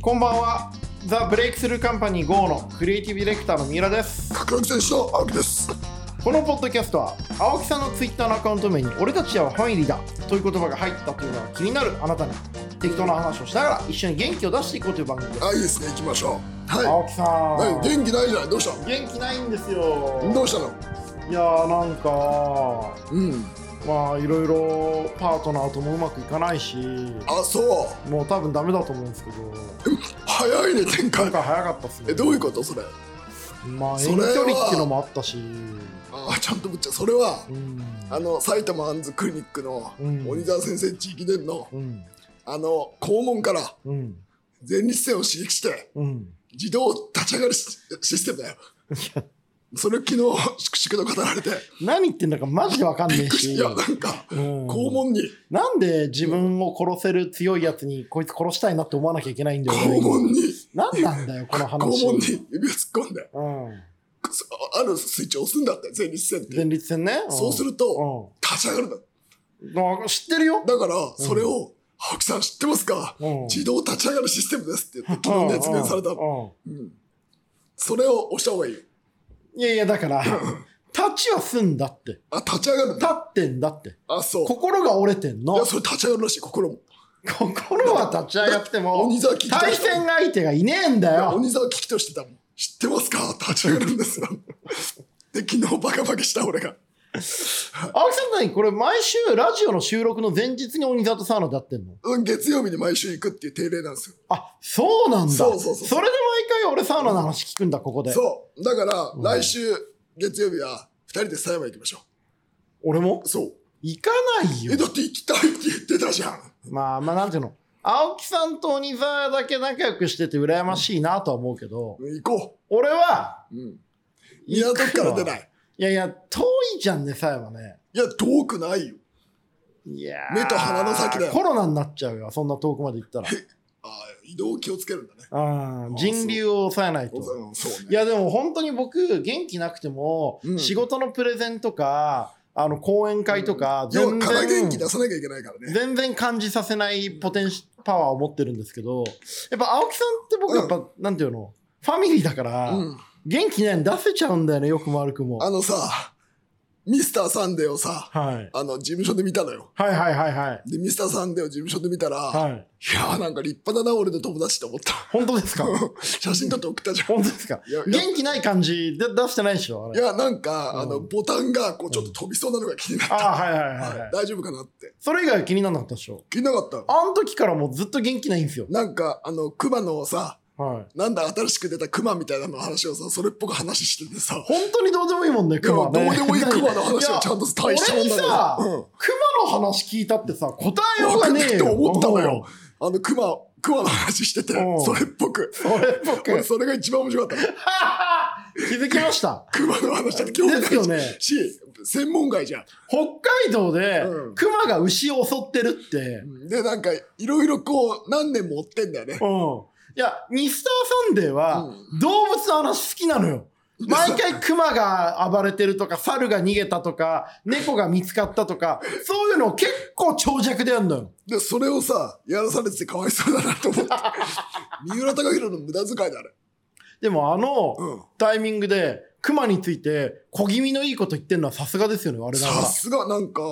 こんばんは。ザ・ブレイクスルーカンパニー GO のクリエイティブディレクターの三浦です。角垣選手の青木です。このポッドキャストは、青木さんのツイッターのアカウント名に、俺たちはファミリーだという言葉が入ったというのが気になるあなたに、適当な話をしながら一緒に元気を出していこうという番組です。あ、いいですね。行きましょう。は青木さい。何ん、元気ないじゃない。どうし元気ないんですたの？どよ。うしたの？いやー、なんか、うん。まあ、いろいろパートナーともうまくいかないし、あ、そう。もう多分ダメだと思うんですけど、早いね展今開。回早かったっすね。え、どういうことそれ？まあ、そ遠れ距は離っていうのもあったし、あ、ちゃんとぶっちゃ。それはうん。あの埼玉アンズクリニックのうん鬼沢先生地域伝のうん。あの肛門からうん。前立腺を刺激してうん。自動立ち上がるシシステムだよ。それ昨日粛々と語られて、何言ってんだかマジでわかんねえし。いやなんかうん肛門になんで自分を殺せる強いやつにこいつ殺したいなって思わなきゃいけないんだよ。肛門に何なんだよ、この肛話。門に指を突っ込んで。うん。そあるスイッチを押すんだって前立腺って前立腺ね。んそうするとう立ち上がるんだん。あ知ってるよ。だからそれを「青木さん知ってますかうん自動立ち上がるシステムです」って言って昨日熱弁されたうんうんうんそれを押した方がいいよいやいや、だから、立ちはすんだって。あ立ち上がるん立だってんだって。あそう心が折れてんいのや。それ立ち上がるらしい心も心は立ち上がっても鬼、沢聞きと対してた戦もん相手がいねえんだよ。鬼沢聞きとしてたもん知ってますか立ち上がるんで すよで昨日バカバカした俺が青木さん何これ毎週ラジオの収録の前日に鬼里サウナでやってんのうん月曜日に毎週行くっていう定例なんですよあそうなんだそうそうそうれで毎回俺サウナの話聞くんだここでそうだからうん来週月曜日は2人で狭山行きましょ俺もうそう行かないえよだって行きたいって言ってたじゃんまあまあなんていうの青木さんと鬼沢だけ仲良くしてて羨ましいなとは思うけどうん行こ俺はう、うん、行港く区から出ないいいやいや遠いじゃんねさえはねいや遠くないよいやー目と鼻の先だよコロナになっちゃうよそんな遠くまで行 ったらあー移動気をつけるんだねあー人流を抑えないとうんそうねいやでも本当に僕元気なくても、うん仕事のプレゼンとかあの講演会とか要は全から元気出然さなきゃいけないからね全然感じさせないポテンシパワーを持ってるんですけどやっぱ青木さんって僕やっぱ、なんていうのファミリーだから、うん元気ないの出せちゃうんだよねよくも悪くも、あのさミスターサンデーをさはい、はいあの事務所で見たのよはいはいはいはいでミスターサンデーを事務所で見たら、い、やーなんか立派だな俺の友達って思った本当 ですか写真撮って送ったじゃん本当ですかいやいや元気ない感じで出してないでしょあいれやなんか、あのうんボタンがこうちょっと飛びそうなのが気になっあた、あはいはいはい、ははいい、大丈夫かなってそれ以外は気にならなかったでしょ気になかったあの時からもうずっと元気ないんですよなんかあの熊のさはいなんだ新しく出たクマみたいなの話をさそれっぽく話しててさ本当にどうでもいいもんね、で熊もね。どうでもいいクマの話をちゃんと。と大したもんだいやけ俺ど熊の話聞いたってさ、答えようが分ねかっえてよ。思ったのよあのクマクマの話しててうんそれっぽくうん。俺僕、 俺それが一番面白かった気づきま した。クマの話だって興味ですよなねいし専門外じゃん北海道でうん熊が牛を襲ってるって。でなんかいろいろこう何年も追ってんだよねうん。いや、ミスターサンデーはう動物の話好きなのよ。毎回熊が暴れてるとか、猿が逃げたとか、猫が見つかったとか、そういうのを結構長尺でやるのよ。でそれをさやらされててかわいそうだな と思って三浦貴大の無駄遣いだあれでもあの、うんタイミングで、熊について、小気味のいいこと言ってるのはさすがですよね、我ながさすがなんか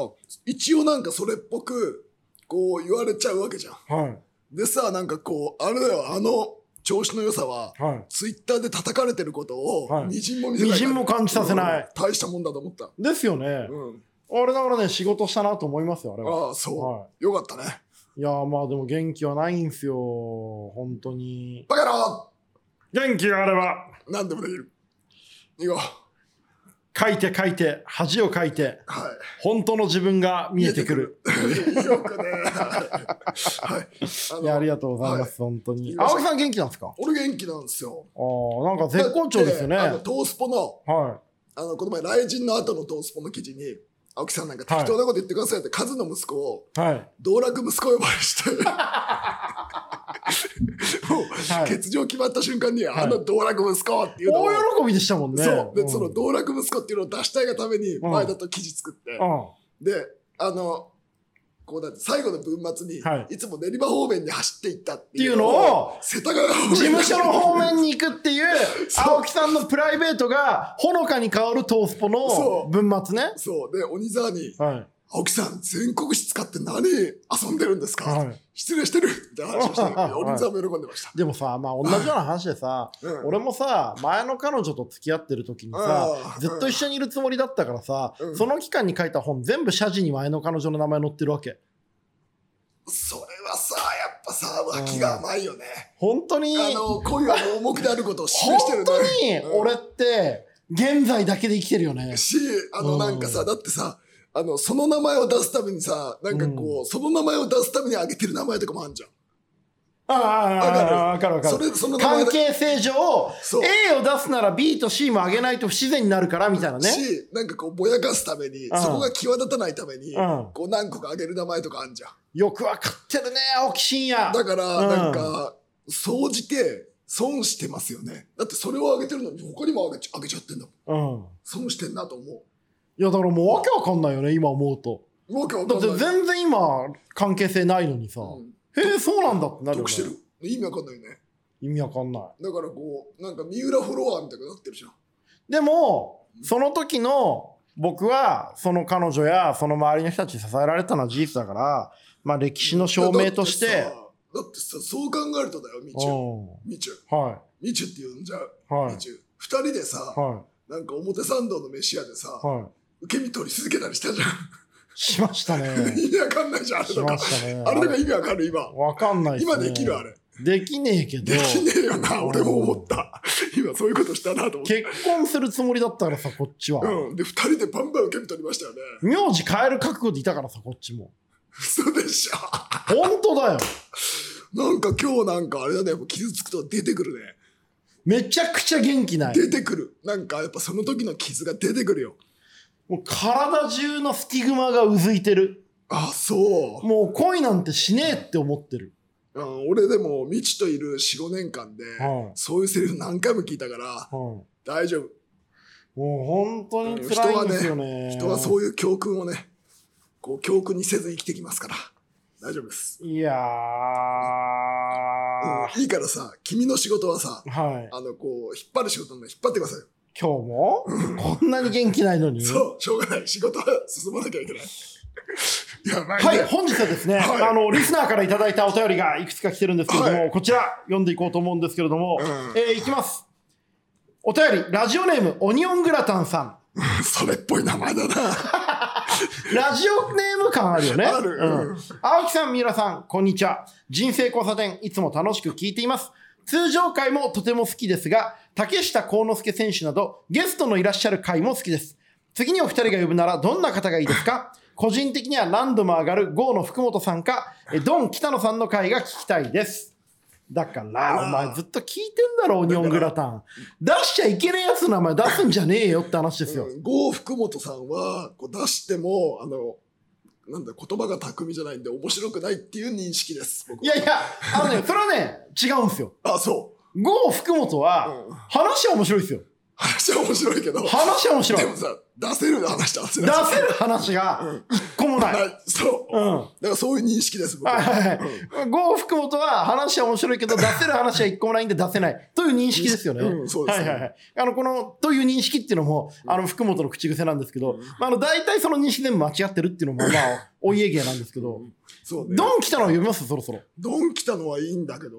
一応なんかそれっぽくこう言われちゃうわけじゃんら。はい。でさなんかこうあれだよあの調子の良さははツイッターで叩かれてることはをいみじんも見い。せない微塵も感じさせない。うん大したもんだと思った、ですよね。うん、あれだからね、仕事したなと思いますよ、あれは。ああそう、はよかったねいやーまあでも元気はないんすよ、本当に。バカ野郎元気があれば、何でもできる行こ書いて書いて、恥を書いて、うは本当の自分が見えてくる。い よくねはいあいや、ありのがとうございます、本当に。よろし青く木さん元気なんですか俺元気なんですよああ、なんか絶好調ですよね。だってあのはトースポのい。あのこの前雷神の後のトースポの記事に青木さんなんか適当なこと言ってくださいって、カズの息子をはい。道楽息子呼ばれしてもう、はい欠場決まった瞬間に、はいあの道楽息子っていうのを、大喜びでしたもんね。そうで、んその道楽息子っていうのを出したいがために前だと記事作って、うん。であのこうなんて最後の文末に、、はいつも練馬方面に走っていったってていいううののをを世田谷方面事務所の方に面に行くっていう そう青木さんのプライベートがほのかに香るトースポそのう文末ねそうで鬼沢にはい「青木さん全国紙使って何遊んでるんですかはい失礼してる」って話をしてはい鬼沢も喜んでました。でもさまあ同じような話でさうん俺もさ前の彼女と付き合ってる時にさうんずっと一緒にいるつもりだったからさ、うんその期間に書いた本全部謝辞に前の彼女の名前載ってるわけそれはさやっぱさ脇が甘いよね。本当にあの恋は盲目であることを示してる本ね。当にうん俺って現在だけで生きてるよねし、あのなんかさ、だってさ、あの、その名前を出すためにさ、なんかこう、その名前を出すためにあげてる名前とかもあるじゃん。ああわわかるわかそるれ、その名前関だ係性上そう A を出すなら B と C も上げないと不自然になるからみたいなねし、なんかこう、ぼやかすために、うんそこが際立たないために、うんこう、何個かあげる名前とかあるじゃん。よくわかってるね青木真也だから、うんなんか、総じて、損してますよね。だってそれをあげてるのに、他にもあげちゃあげちゃってんだもん。うん損してんなと思いやだからもうわけわかんないよね今思うとう。わけわだかんっなて。い全然今関係性ないのにさ、うんへえそうなんだってなるよ、得してね、る。意味わかんないよね。意味わかんないだからこう、なんか三浦フォロワーみたいになってるじゃん。でもその時の僕はその彼女やその周りの人たちに支えられたのは事実だから、まあ、歴史の証明としてだってさだってさそう考えるとだよみちゅうんみちゅはみちゅって呼んじゃう、いはいみちゅ二人でさ、はなんか表参道の飯屋でさ、いはい受け身取り続けたりしたじゃん、しましたね 意味わかんないじゃんあれしとまかしたねあれとか意味わかる今わかんないっすね今できるあれできねえけどできねえよな俺も思った今そういうことしたなと思って結婚するつもりだったからさこっちは、うん、で二人でバンバン受け身取りましたよね名字変える覚悟でいたからさこっちも嘘でしょ本当だよなんか今日なんかあれだねやっぱ傷つくと出てくるねめちゃくちゃ元気ない出てくるなんかやっぱその時の傷が出てくるよもう体中のスティグマがうずいてるあそうもう恋なんてしねえって思ってるうん、俺でも未知といる45年間で、はいそういうセリフ何回も聞いたからも大丈夫う本当に辛いんですよね人はそういう教訓をねこう教訓にせず生きてきますから大丈夫です、いやー、うんはいいからさ君の仕事はさい今あのこう引っ張る仕事なんで引っ張ってくださいよ、日もこんなに元気ないのにそうしょうがない仕事は進まなきゃいけない やばいね、はい、本日はですね、はいあの、リスナーからいただいたお便りがいくつか来てるんですけれども、はこちら読んでいこうと思うんですけれども、うんえーいきます。お便り、ラジオネーム、オニオングラタンさん。それっぽい名前だなラジオネーム感あるよね。あるうん青木さん、三浦さん、こんにちは。人生交差点、いつも楽しく聞いています。通常回もとても好きですが、竹下幸之助選手など、ゲストのいらっしゃる回も好きです。次にお二人が呼ぶなら、どんな方がいいです か個人的には何度も上がる郷の福本さんか、えドン北野さんの回が聞きたいです。だから、お前ずっと聞いてんだろ、オニオングラタン。出しちゃいけねえやつの名前出すんじゃねえよって話ですよ。うん郷福本さんはこう出してもあのなんだ言葉が巧みじゃないんで面白くないっていう認識です僕はいやいや、あのね、それはね、違うんですよ。あそ郷福本う、は、うん、話は面白いですよ。話は面白いけど話は面白いで。もさ出せる話と出せ出ないせる話が、一個もない。はいそう、うだん。からそういう認識です僕はいはいうんはい。郷福本は話は面白いけど、出せる話は一個もないんで出せない。という認識ですよね。うんそうですはねいはいはい。あの、この、という認識っていうのも、あの、福本の口癖なんですけど、まあ、あの、大体その認識全部間違ってるっていうのも、まあ、お家芸なんですけど、そうねドン来たのを読みますそろそろ。ドン来たのはいいんだけど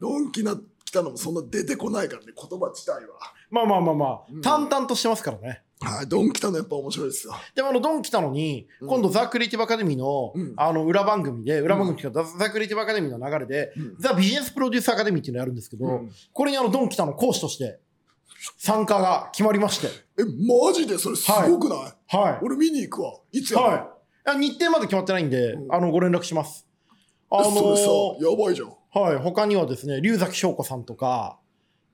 ドン来な来たのもそんな出てこないからね言葉自体はまあまあまあまうんあ、淡々としてますからね。はいドン来たのやっぱ面白いですよでもあのドン来たのに、うん今度ザ・クリエイティブ・アカデミーの,、うんあの裏番組で裏番組っていうか、ザ・クリエイティブ・アカデミーの流れで、うんザ・ビジネス・プロデュース・アカデミーっていうのやるんですけど、うんこれにあのドン来たの講師として参加が決まりましてえマジでそれすごくない、は俺見に行くわいつい、やるのはい、あ日程まで決まってないんで、うんあのご連絡しますあのそれさやばいじゃんはい他にはですね龍崎翔子さんとか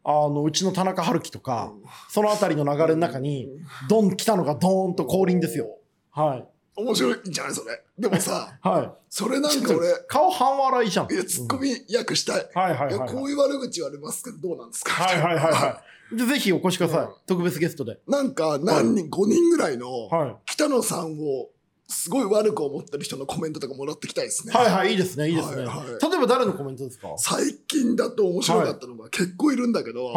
あのうちの田中春樹とか、その辺りの流れの中に、ドン来たのがドーンと降臨ですよはい面白いんじゃないそれで もさはいそれなんちかょっ俺と顔半笑いじゃん。いやツッコミ訳したい,、はいはいいはいやはい。こういう悪口言われますけどどうなんですかはいはいはいはい。でぜひお越しください。うん特別ゲストで。なんか何人、5人ぐらいのはい。北野さんをすごい悪く思ってる人のコメントとかもらってきたいですね。はいはい、いいですね、いいですね。はいはい例えば誰のコメントですかは最近だと面白かったのが結構いるんだけど、い。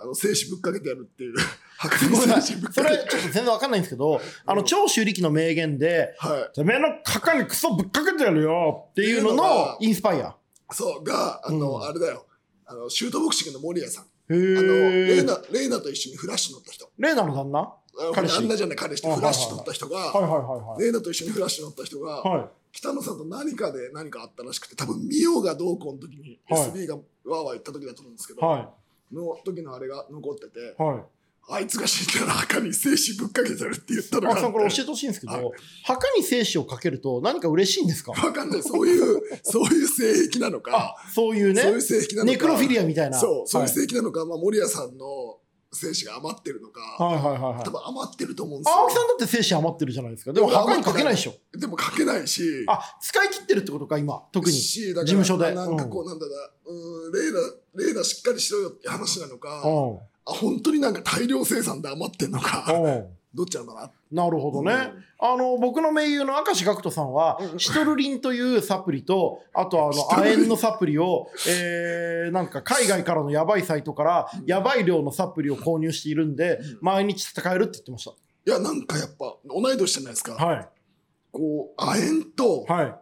あの、精子ぶっかけてやるっていう。白ごめんなさ人精い子ぶっそかれけちょっと全然わかんないんですけど、あの、長州力の名言で、はい。てめえのカにクソぶっかけてやるよっていうののインスパイア。そう、が、あうの、んあれだよ。あの、シュートボクシングの森谷さん。あへの、レイえ。ナ、レイナと一緒にフラッシュ乗った人。レイナの旦那はあの彼氏あんなじゃない彼氏あとフラッシュ乗った人いはいが、はいレイナと一緒にフラッシュ乗った人が、はい。はい。北野さんと何かで何かあったらしくて、多分ミオがどうこうの時に、はい SB がわーわー言った時だと思うんですけど、はの時のあれが残ってて、い。はい。あいつが死んだら墓に精子ぶっかけてるって言ったのあがあってさんこれ教えてほしいんですけはいど、墓に精子をかけると何か嬉しいんですかわかんない。そういう、そういう性癖なのあか、、そういうねそういう。性癖なのか、ネクロフィリアみたいな。そう、そういはうい性癖なのか、まあ、森谷さんの精子が余ってるのか、はいはいはいはい多。分余ってると思うんです青木さよ。んだって精子余ってるじゃないですか。でも墓にかけないでしょ。でも書けないし、あ、使い切ってるってことか、今。特に。しだから事務所でなんかこう、なんだな、うん、レイナ、レイナしっかりしろよって話なのか、あ、うん。本当になんか大量生産で余ってんのか、うん。どっちなんだな。なるほどね、うんあの僕の盟友の明石学徒さんは、うんシトルリンというサプリとあとはシあトの亜ルリン鉛のサプリを、えーなんか海外からのやばいサイトからうんやばい量のサプリを購入しているんで、うん毎日戦えるって言ってましいや、なんかやっぱ、同い年じゃないですか。たはいこう、亜鉛と、はいあ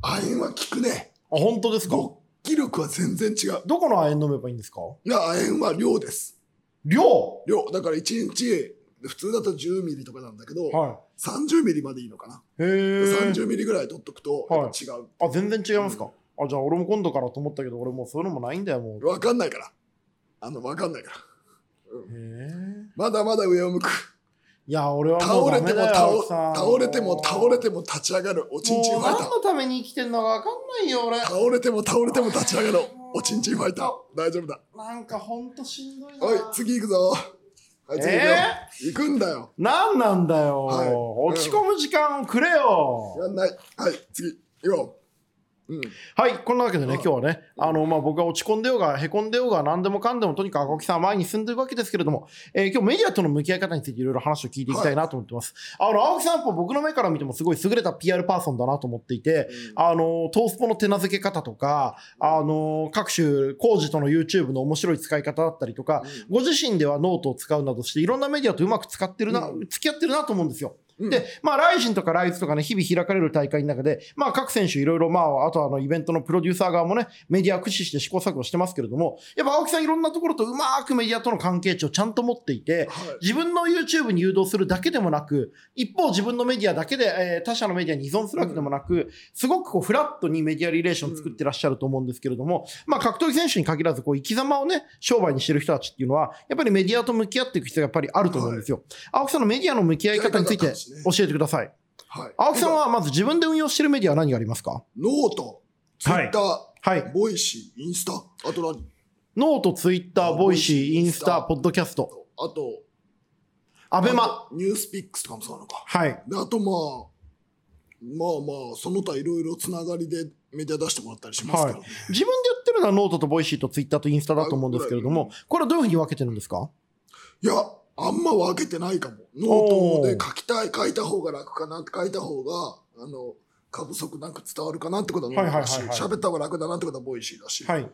亜鉛は効くね。本当ですか勃起力は全然違う。どこの亜鉛飲めばいいんですかいや、亜鉛は量です。量量。だから1日、普通だと10ミリとかなんだけど、は30ミリまでいいのかな。いへー30ミリぐらい取っとくと、はいやっぱ違う。あ全然違いますか、あじゃあ俺も今度からと思ったけど俺もうそういうのもないんだよもうわかんないから。あの、わかんないから。へえまだまだ上を向く。いや俺はもう倒れダてメもだよ倒青木さん倒れても倒れても立ち上がる。おちんちもんうファイ何ター。のために生きてんのか分かんないよ俺倒れても倒れても立ち上がる。おちんちんファイター。大丈夫だ。なんかほんとしんどいなおい、次行くぞ。はい、次行くよ。え行くんだよ。何なんだよ、はい落ち込む時間をくれよ、やんない。はい、次。行こう。うん。はいこんなわけでね、はい今日はねあの、まあ、僕は落ち込んでようがへこんでようが何でもかんでもとにかく青木さんは前に進んでるわけですけれども、えー今日メディアとの向き合い方についていろいろ話を聞いていきたいなと思ってます、あの青木さんやっぱ僕の目から見てもすごい優れた PR パーソンだなと思っていて、あの、トースポの手なずけ方とか、あの、各種、工事との YouTube の面白い使い方だったりとか、うご自身ではノートを使うなどして、いろんなメディアとうまく使ってるな、う付き合ってるなと思うんですよ。うんで、まあ、ライジンとかライズとかね、日々開かれる大会の中で、まあ、各選手いろいろ、まあ、あとはあの、イベントのプロデューサー側もね、メディア駆使して試行錯誤してますけれども、やっぱ青木さんいろんなところとうまくメディアとの関係値をちゃんと持っていて、はい。自分の YouTube に誘導するだけでもなく、一方自分のメディアだけで、えー他社のメディアに依存するわけでもなく、すごくこうフラットにメディアリレーション作ってらっしゃると思うんですけれども、まあ格闘技選手に限らず、こう生き様をね、商売にしてる人たちっていうのは、やっぱりメディアと向き合っていく必要がやっぱりあると思うんですよ。青木さんのメディアの向き合い方について向き合い方ですね教えてください。はい。青木さんはまず自分で運用してるメディアは何がありますかノート、ツイッター、はい。ボイシー、インスタ、あと何ノート、ツイッター、ボイシー、インスタ、ポッドキャスト、あと、アベマ。あとニュースピックスとかもそうなのか。はい。であとまあ、まあまあ、その他いろいろつながりでメディア出してもらったりしますけど、ね自分でやってるのはノートとボイシーとツイッターとインスタだと思うんですけれども、これはどういうふうに分けてるんですかい、や、あんま分けてないかも。ノートで書きたい、書いた方が楽かな、書いた方が、あの、過不足なく伝わるかなってことはノートだし、はいはいはいはい喋った方が楽だなってことはボイシーだし、はい、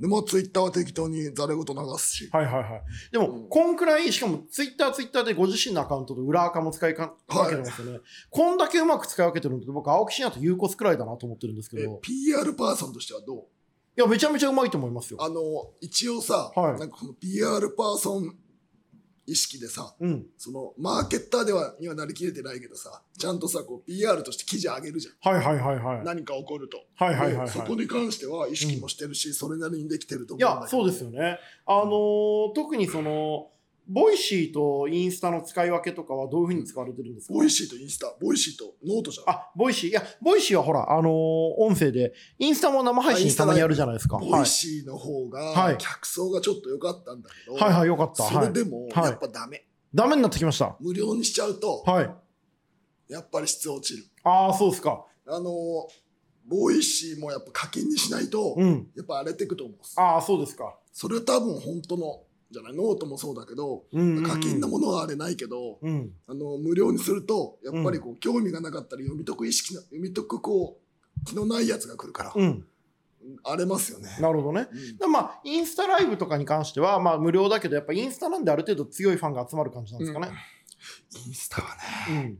でもツイッターは適当にざれ言流すし、はいはいはいでも、うんこんくらいしかもツイッターツイッターでご自身のアカウントと裏アカも使いか分けてますよね、こんだけうまく使い分けてるのって僕青木真也と有骨くらいだなと思ってるんですけえど PR パーソンとしてはどういやめちゃめちゃうまいと思いますよあの、一応さ、はいなんかこの PR パーソン意識でさ、うんそのマーケッターではにはなりきれてないけどさ、ちゃんとさ、こう PR として記事上げるじゃん。はいはいはいはい何か起こると。はいはいはいはいでそこに関しては意識もしてるし、それなりにできてるとい思うんやだけど。そうですよねあのー特にそのボイシーとインスタの使い分けとかはどういうふうに使われてるんですかボイシーとインスタ、ボイシーとノートじゃん。あ、ボイシー。いや、ボイシーはほら、あのー音声で、インスタも生配あイン信スタたねまにやるじゃないですか。ボはイい。シーの方はいが客層がちょっと良かったんだけど、はいはい、よかった。そはれい。でもはいやっぱダメ。ダメになってきました。無料にしちゃうと、はい。やっぱり質落ちる。ああ、そうですか。あの、ボイシーもやっぱ課金にしないと、うん。やっぱ荒れていくと思うんです。ああ、そうですか。それは多分本当のじゃないノートもそうだけど、うんうん課金のものはあれないけど、うん。あの無料にするとやっぱりこう、興味がなかったり読み解く意識な読み解くこう気のないやつが来るから、うん。荒れますよね。なるほどね。うんでまあ、インスタライブとかに関しては、まあ、無料だけど、やっぱインスタなんである程度強いファンが集まる感じなんですかね。インスタはねうん。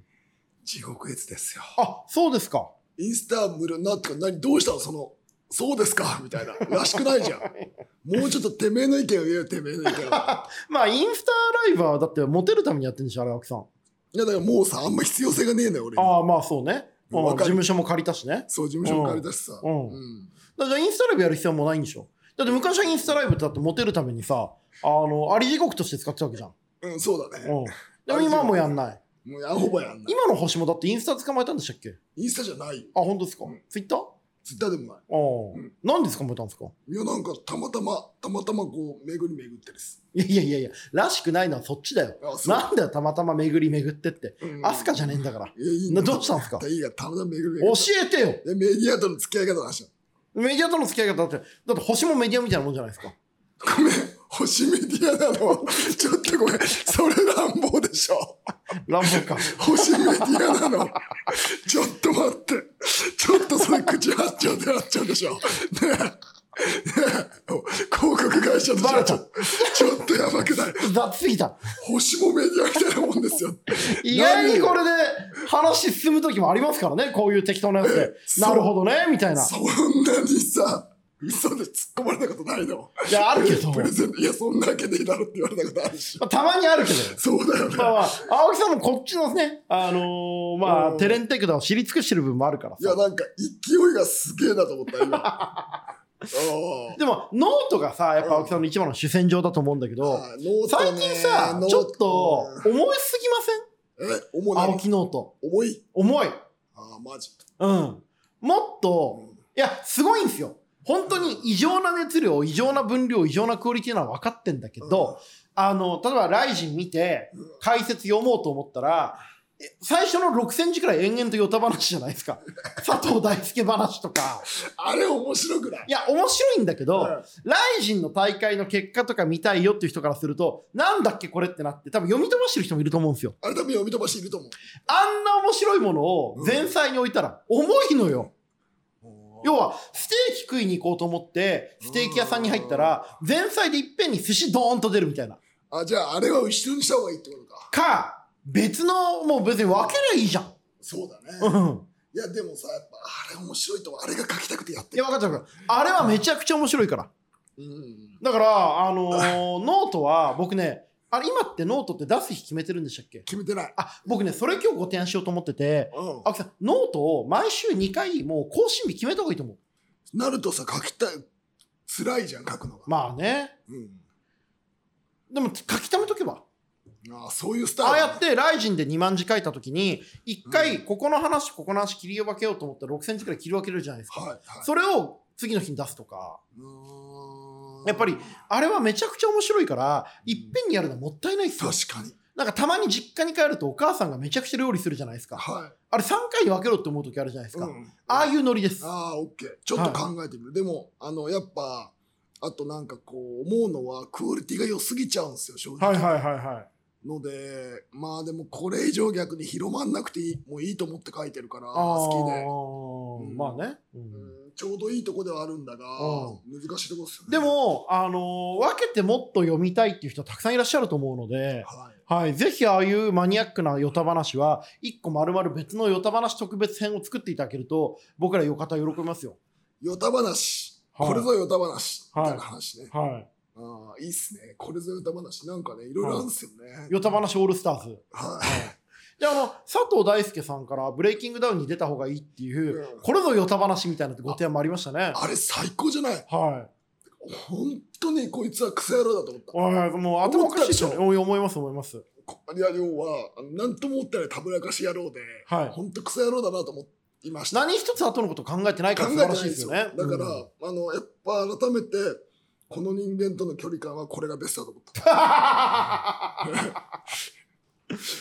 地獄絵図ですよ。あ、そうですか。インスタ無料になってから何どうしたのそのそうですかみたいならしくないじゃん。 もうちょっとてめえの意見を言えよてめえの意見を。まあ、インスタライブはだってモテるためにやってるんでしょ、荒脇さん。いやだからもうさあんま必要性がねえのよ俺に。ああ、まあそうね。うんわ事かる務所も借りたしね。そう事務所も借りたしさ。うんうんだからインスタライブやる必要もないんでしょ。だって昔はインスタライブってだってモテるためにさ、あの、あり地獄として使ってたわけじゃん。うん、そうだうんね。。でも今はもうやんない。もうやんほぼやんない。今の星もだってインスタ捕まえたんでしたっけインスタじゃないよ。あ、本当ですか、うんツイッターあツイッターでもない。あ。うんなんで捕まえたんですかいや、なんかたまたま、たまたまこう、巡り巡ってです。いやいやいやいや、らしくないのはそっちだよ。あ、そう。なんだよ、たまたま巡り巡ってって。うんアスカじゃねえんだから。いや、いいなどうしたんですかいやいいや、たまたま巡り巡教っえて。てよえメディアとの付き合い方の話だ。メディアとの付き合い方だって、だって星もメディアみたいなもんじゃないですか。ごめん、星メディアなのは、ちょっとごめん、それ乱暴でしょ。乱暴か。星メディアなの。ちょっと待って。ちょっとそれ口八丁で八丁でしょ。ねえねえ広告会社でしょバレたちょっとやばくない。 雑すぎた。星もメディアみたいなもんですよ。意外にこれで話進む時もありますからね、こういう適当なやつで。そうなるほどね、みたいな。そんなにさ、嘘で突っ込まれたことないの。いや、あるけ ど、プレゼント、いや、そんなわけでいいだろって言われたことあるし。まあ、たまにあるけど。そうだよね。まあまあ、青木さんもこっちのね、あのーまうあ、んテレンテクダを知り尽くしてる部分もあるからいや、さ。なんか勢いがすげえなと思 った、今。ああ。でも、ノートがさ、やっぱ青木さんの一番の主戦場だと思うんだけど、あノート最ね近さノ、ーちょっと重いすぎませんえ、重青い。木ノート。重い。重い。ああ、マジ。うん。もっと、うんいや、すごいんですよ。本当に異常な熱量、異常な分量、異常なクオリティなのは分かってんだけど、あの、例えばライジン見てうん、解説読もうと思ったら、え最初の6センチくらい延々とヨタ話じゃないです か。佐藤大輔話とか。あれ面白くないいや、面白いんだけど、うんライジンの大会の結果とか見たいよっていう人からすると、なんだっけこれってなって、多分読み飛ばしてる人もいると思うんですよ。あれ多分読み飛ばしいると思あんな面白いものを前菜に置いたら重いのよ。う。要は、ステーキ食いに行こうと思って、ステーキ屋さんに入ったら、前菜でいっぺんに寿司ドーンと出るみたいな。あ、じゃああれは後ろにした方がいいってことか。か、別の、もう別に分けりゃいいじゃん。そうだうね。ん。いや、でもさ、やっぱあれ面白いと思う、あれが書きたくてやっいてや、る。分かった分かった。あれはめちゃくちゃ面白いから。うん。だから、あのーノートは、僕ね、あれ今ってノートって出す日決めてるんでしたっけ決めてない。あ、僕ね、それ今日ご提案しようと思ってて、うん。青木さん、ノートを毎週2回もう更新日決めた方がいいと思う。なるとさ、書きたい。辛いじゃん、書くのが。まあね。うん。でも書き溜めとけば。ああ、そういうスタイあルあね。やってライジンで2万字書いた時に1う回ここの話とここの話切り分けようと思ったら6センチくらい切り分けるじゃないですか、はい、はい。それを次の日に出すとかうーんやっぱりあれはめちゃくちゃ面白いからいっぺんにやるのはもったいないっすよ確かに。なんかたまに実家に帰るとお母さんがめちゃくちゃ料理するじゃないですかはあれ3回に分けろって思う時あるじゃないでい。すか、うんああいうノリですああ、オッケー。ちょっと考えてみる。でも、あの、やっぱ、あとなんかこう、思うのは、クオリティが良すぎちゃうんですよ、正直。いはので、まあでも、これ以上逆に広まんなくていい、もういいと思って書いてるから、あ好きで。好うんまあね、ううんんちょうどいいとこではあるんだが、う難しいとこですよね。で、も、あのー分けてもっと読みたいっていう人たくさんいらっしゃると思うので、はい。はい、ぜひああいうマニアックなヨタ話は一個丸々別のヨタ話特別編を作っていただけると僕らよかた喜びますよ。ヨタ話。はいこれぞヨタ話。はいみたいな話ね。はああ、いいっすね。これぞヨタ話。なんかね、いろいろあるんですよね。ヨタ話オールスターズ。はい。 であの佐藤大輔さんからブレイキングダウンに出た方がいいっていう、うんこれぞヨタ話みたいなってご提案もありましたね。あれ最高じゃないは本当にこいつはクソ野郎だと思ったい。。はい、もう頭おかしいですよね。おい思います思います。こいや要はあのなんとも思ってないたぶらかし野郎で、はいほんとクソ野郎だなと思いました何一つ後のこと考えてないか考らえ素晴らてないしんいでですすよよね。だから、うんあのやっぱ改めてこの人間との距離感はこれがベストだと思った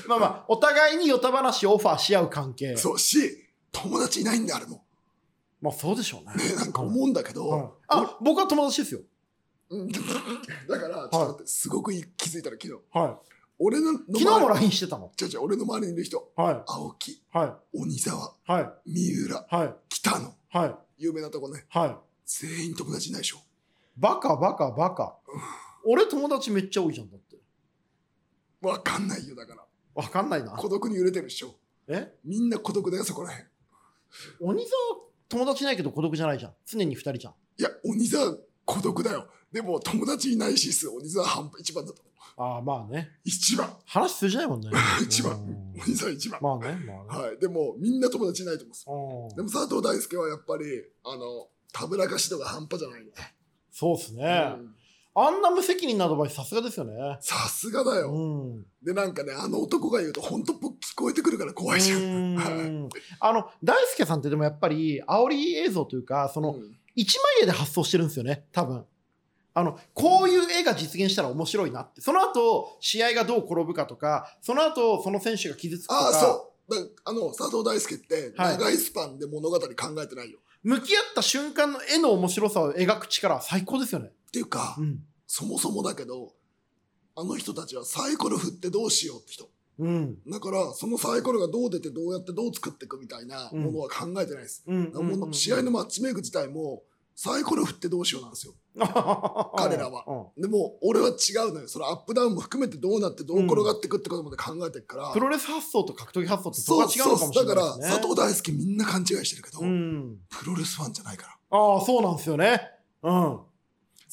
まあまあお互いにヨタ話をオファーし合う関係。そうし友達いないんだあれもまあそうでしょうね。ねなんか思うんだけど、はいあ僕は友達ですよ。うんだから、ちょっと待って、すごくいい気づいたら昨日。は俺のの周い。り、昨日も LINE してたの。違う違う、俺の周りにいる人、は青木、い。は鬼沢、い。はい。三浦、はい。北野、はい。有名なとこね、はい。全員友達いないでしょ。バカバカバカ。俺友達めっちゃ多いじゃんだって。わかんないよ、だから。わかんないな。孤独に揺れてるでしょ。えみんな孤独だよ、そこらへん。鬼沢友達いないけど孤独じゃないじゃん。常に二人じゃん。いや、鬼沢孤独だよ。でも友達いないしす、鬼沢半端一番だと思う。ああ、まあね。一番、。話通じないもんね 一番うん、鬼沢一番。まあね、まあね。はい、でもみんな友達いないと思うんですよ。うんでも佐藤大輔はやっぱり、あの、たぶらかし度が半端じゃないね。そうっすねう。んあんな無責任なアドバイスさすがですよね。さすがだうよ。ん。うで、なんかね、あの男が言うと本当っぽく聞こえてくるから怖いじゃん。ーんあの、大輔さんってでもやっぱり、煽り映像というか、その、うん一枚絵で発想してるんですよね、多分。あの、こういう絵が実現したら面白いなって。その後、試合がどう転ぶかとか、その後、その選手が傷つくとああ、か、そう。だあの、佐藤大輔ってはい長いスパンで物語考えてないよ。向き合った瞬間の絵の面白さを描く力は最高ですよね。っていうか、うん。そもそもだけど、あの人たちはサイコロ振ってどうしようって人。うん。だから、そのサイコロがどう出てどうやってどう作っていくみたいなものは考えてないです。うん。だからもう試 合のマッチメイク自体も、サイコロ振ってどうしようなんですよ。彼らはは。でも、俺は違うのよ。そのアップダウンも含めてどうなってどう転がっていくってことまで考えてるから。うんプロレス発想と格闘技発想ってそこそが違うのうかそもう。しれだなかいら、ですね。佐藤大輔みんな勘違いしてるけど、うん。プロレスファンじゃないから。ああ、そうなんですよね。うん。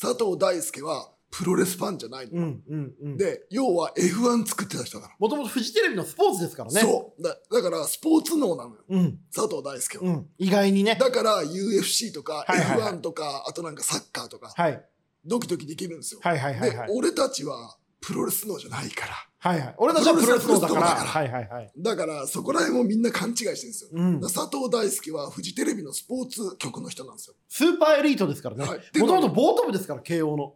佐藤大輔はプロレスファンじゃないの。うん。うん。うん。で、要は F1 作ってた人だかもともとフジテレビのスポーツですからら。ね。そうだ。だから、スポーツ脳なのよ。う。うん。佐藤大輔は。うん。意外にね。だから、UFC とか、はいはいはい F1 とか、あとなんかサッカーとか、はい。ドキドキできるんですよ。はいはいはいはいで、。俺たちはプロレス脳じゃないから。はいはい。俺たちはプロレスのだから。プロレスのだかはいはいはい。だから、そこら辺もみんな勘違いしてるんですよ。うん。佐藤大輔はフジテレビのスポーツ局の人なんですよ。スーパーエリートですからね。はいもともとボート部ですから、慶応の。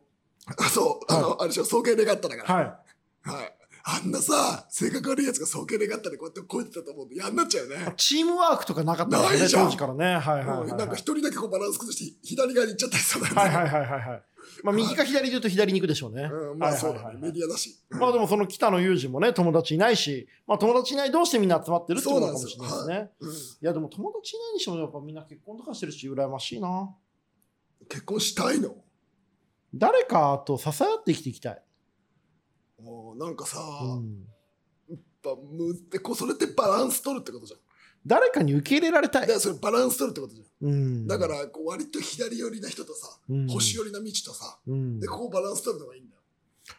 あそう、あの、あれでしょ、総計レガッタだから。はい。はい。あんなさ、性格悪いやつが総計レガッタでこうやってこいてたと思うと嫌になっちゃうよね。チームワークとかなかったからなね、いじゃん当時からね。はいはいはいうんは。ないんか一人だけこうバランス崩して左側に行っちゃったりそうだよね。はいはいはいはいはい。まあ、右か左で言うと左に行くでしょうね。うん、まあそうだね、はいはいはメいディアだし。まあでもその北野裕二もね、友達いないし、まあ友達いない同士でみんな集まってるってことかもしれないですそうね。うんいやでも友達いないにしてもやっぱみんな結婚とかしてるし、羨ましいな。結婚したいの誰かと支え合って生きていきたい。もうなんかさ、うやっんぱむってこうそれってバランス取るってことじゃん。誰かに受け入れられただいか。らそれバランス取るってことじゃん。うん、だからこう割と左寄りな人とさ、うん、星寄りな道とさ、うんで、こうバランス取るのがいいんだよ。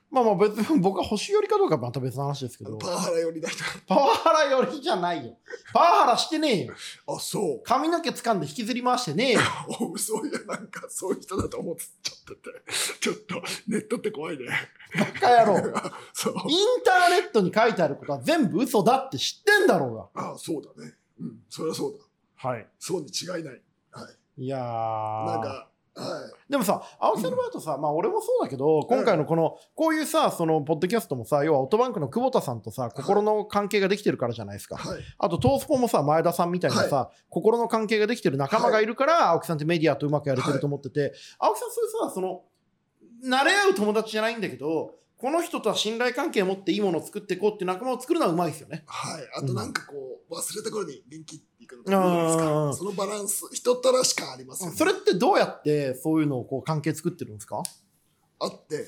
まあまあ別に僕は星寄りかどうかはまた別の話ですけあのど、パワハラ寄りな人。パワハラ寄りじゃないよ。パワハラしてねえよ。あ、そう。髪の毛掴んで引きずり回してねえよ。おそういや、なんかそういう人だと思っちゃってて。 ちょっと、ネットって怖いね。バカ 野郎。 そう。インターネットに書いてあることは全部嘘だって知ってんだろうが。あそうだね。うん、そりゃそうだ。はい。そうに違いない。はい。いやーなんか、はでもさ、青木さんの場合だとさ、まあ俺もそうだけど、今回のこの、こういうさ、その、ポッドキャストもさ、要はオートバンクの久保田さんとさ、心の関係ができてるからじゃないですい。か。はい。あと、東スポもさ、前田さんみたいなさ、心の関係ができてる仲間がいるから、青木さんってメディアとうまくやれてると思ってて、青木さんそういうさ、その、慣れ合う友達じゃないんだけど、この人とは信頼関係を持っていいものを作っていこうっていう仲間を作るのはうまいですよね。はい。あとなんかこう、忘れた頃に元気っていくのとうんうんうんそのバランス、人たらしかありますよね。それってどうやってそういうのをこう関係作ってるんですかあって、う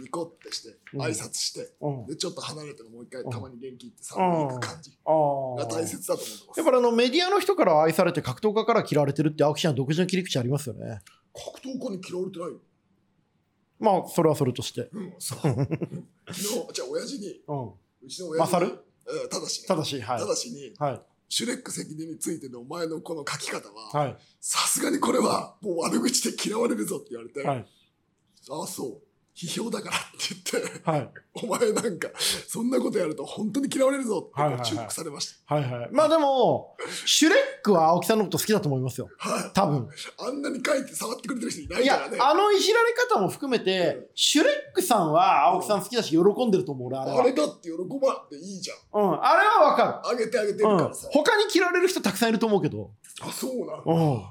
ニコってして、うん挨拶して、ん。うん。で、ちょっと離れてももう一回うんたまに元気ってさ、行く感じああ。が大切だと思ってます。やっぱりあのメディアの人から愛されて格闘家から嫌われてるって青木さん独自の切り口ありますよね。格闘家に嫌われてないよ。まあそれはそれとして。うん、そう。昨日、じゃあ親父に、うん。うちの親父勝に、るうんただしね、ただし、はいた。だしに、はい。シュレック責任についてのお前のこの書き方は、はい。さすがにこれはもう悪口で嫌われるぞって言われて、はい。ああ、そう、批評だからって言って、はい。お前なんか、そんなことやると本当に嫌われるぞってはいはいはい注目されましはい。はい。まあでも、シュレックは青木さんのこと好きだと思いますよ。た。はい多 分。あんなに書いて触ってくれてる人いないいからやね、。あのいじられ方も含めて、シュレックさんは青木さん好きだし喜んでると思う、俺、あれあは。れだって喜ばっていいじゃん。うん。あれはわかあげてあげてる。うるんからさ。。他に嫌われる人たくさんいると思うけど。あ、そうなのうん。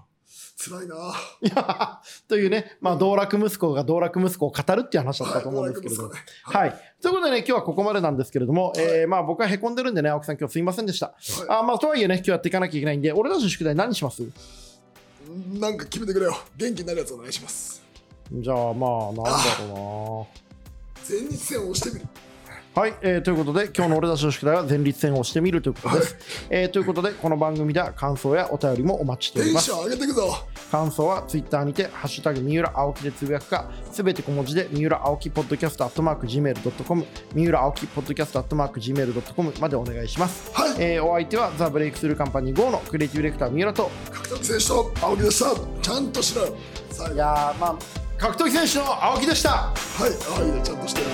辛いな。いや、 というね、まあ、道楽息子が道楽息子を語るっていう話だったと思うんですけれども。はいはい。ということでね、今日はここまでなんですけれども、えーまあ僕は凹んでるんでね、青木さん今日すいませんでした。あーまあとはいえね、今日やっていかなきゃいけないんで、俺たちの宿題何しますなんか決めてくれよ。元気になるやつお願いします。じゃあまあ、なんだろ前日戦を押してみる。うな。はい、えーということで、今日の俺たちの宿題は前立腺を押してみるということです。えーということで、この番組では感想やお便りもお待ちしておテりンますシ。ョン上げていくぞ。感想はツイッターにて「ハッシュタグ三浦青木」でつぶやくかすべて小文字で三浦青木ポッドキャストアットマーク Gmail.com 三浦青木ポッドキャストアットマーク Gmail.com までお願いします、はいえーお相手はザ・ブレイクスルーカンパニー GO のクリエイティブディレクター三浦と格闘技選手と青木でした。ちゃんとしろよ。最い後。はい。やーまあ格闘技選手の青木でした青木でちゃんとしてよ。